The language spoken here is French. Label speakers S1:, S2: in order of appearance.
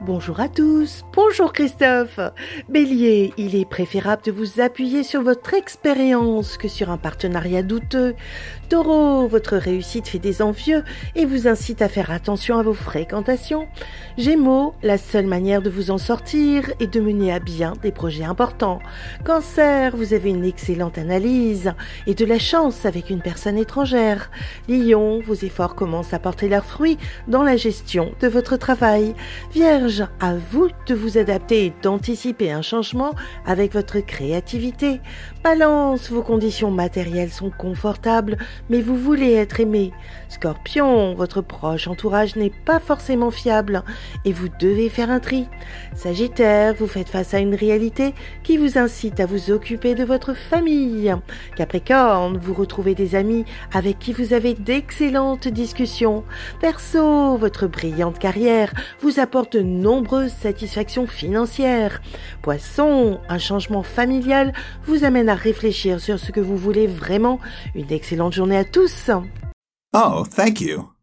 S1: Bonjour à tous, bonjour Christophe. Bélier, il est préférable de vous appuyer sur votre expérience que sur un partenariat douteux. Taureau, votre réussite fait des envieux et vous incite à faire attention à vos fréquentations. Gémeaux, la seule manière de vous en sortir est de mener à bien des projets importants. Cancer, vous avez une excellente analyse et de la chance avec une personne étrangère. Lion, vos efforts commencent à porter leurs fruits dans la gestion de votre travail. Vierge, à vous de vous adapter et d'anticiper un changement avec votre créativité. Balance, vos conditions matérielles sont confortables, mais vous voulez être aimé. Scorpion, votre proche entourage n'est pas forcément fiable et vous devez faire un tri. Sagittaire, vous faites face à une réalité qui vous incite à vous occuper de votre famille. Capricorne, vous retrouvez des amis avec qui vous avez d'excellentes discussions. Verseau, votre brillante carrière vous apporte de nombreuses satisfactions financières. Poisson, un changement familial vous amène à réfléchir sur ce que vous voulez vraiment. Une excellente journée à tous.
S2: Oh, thank you.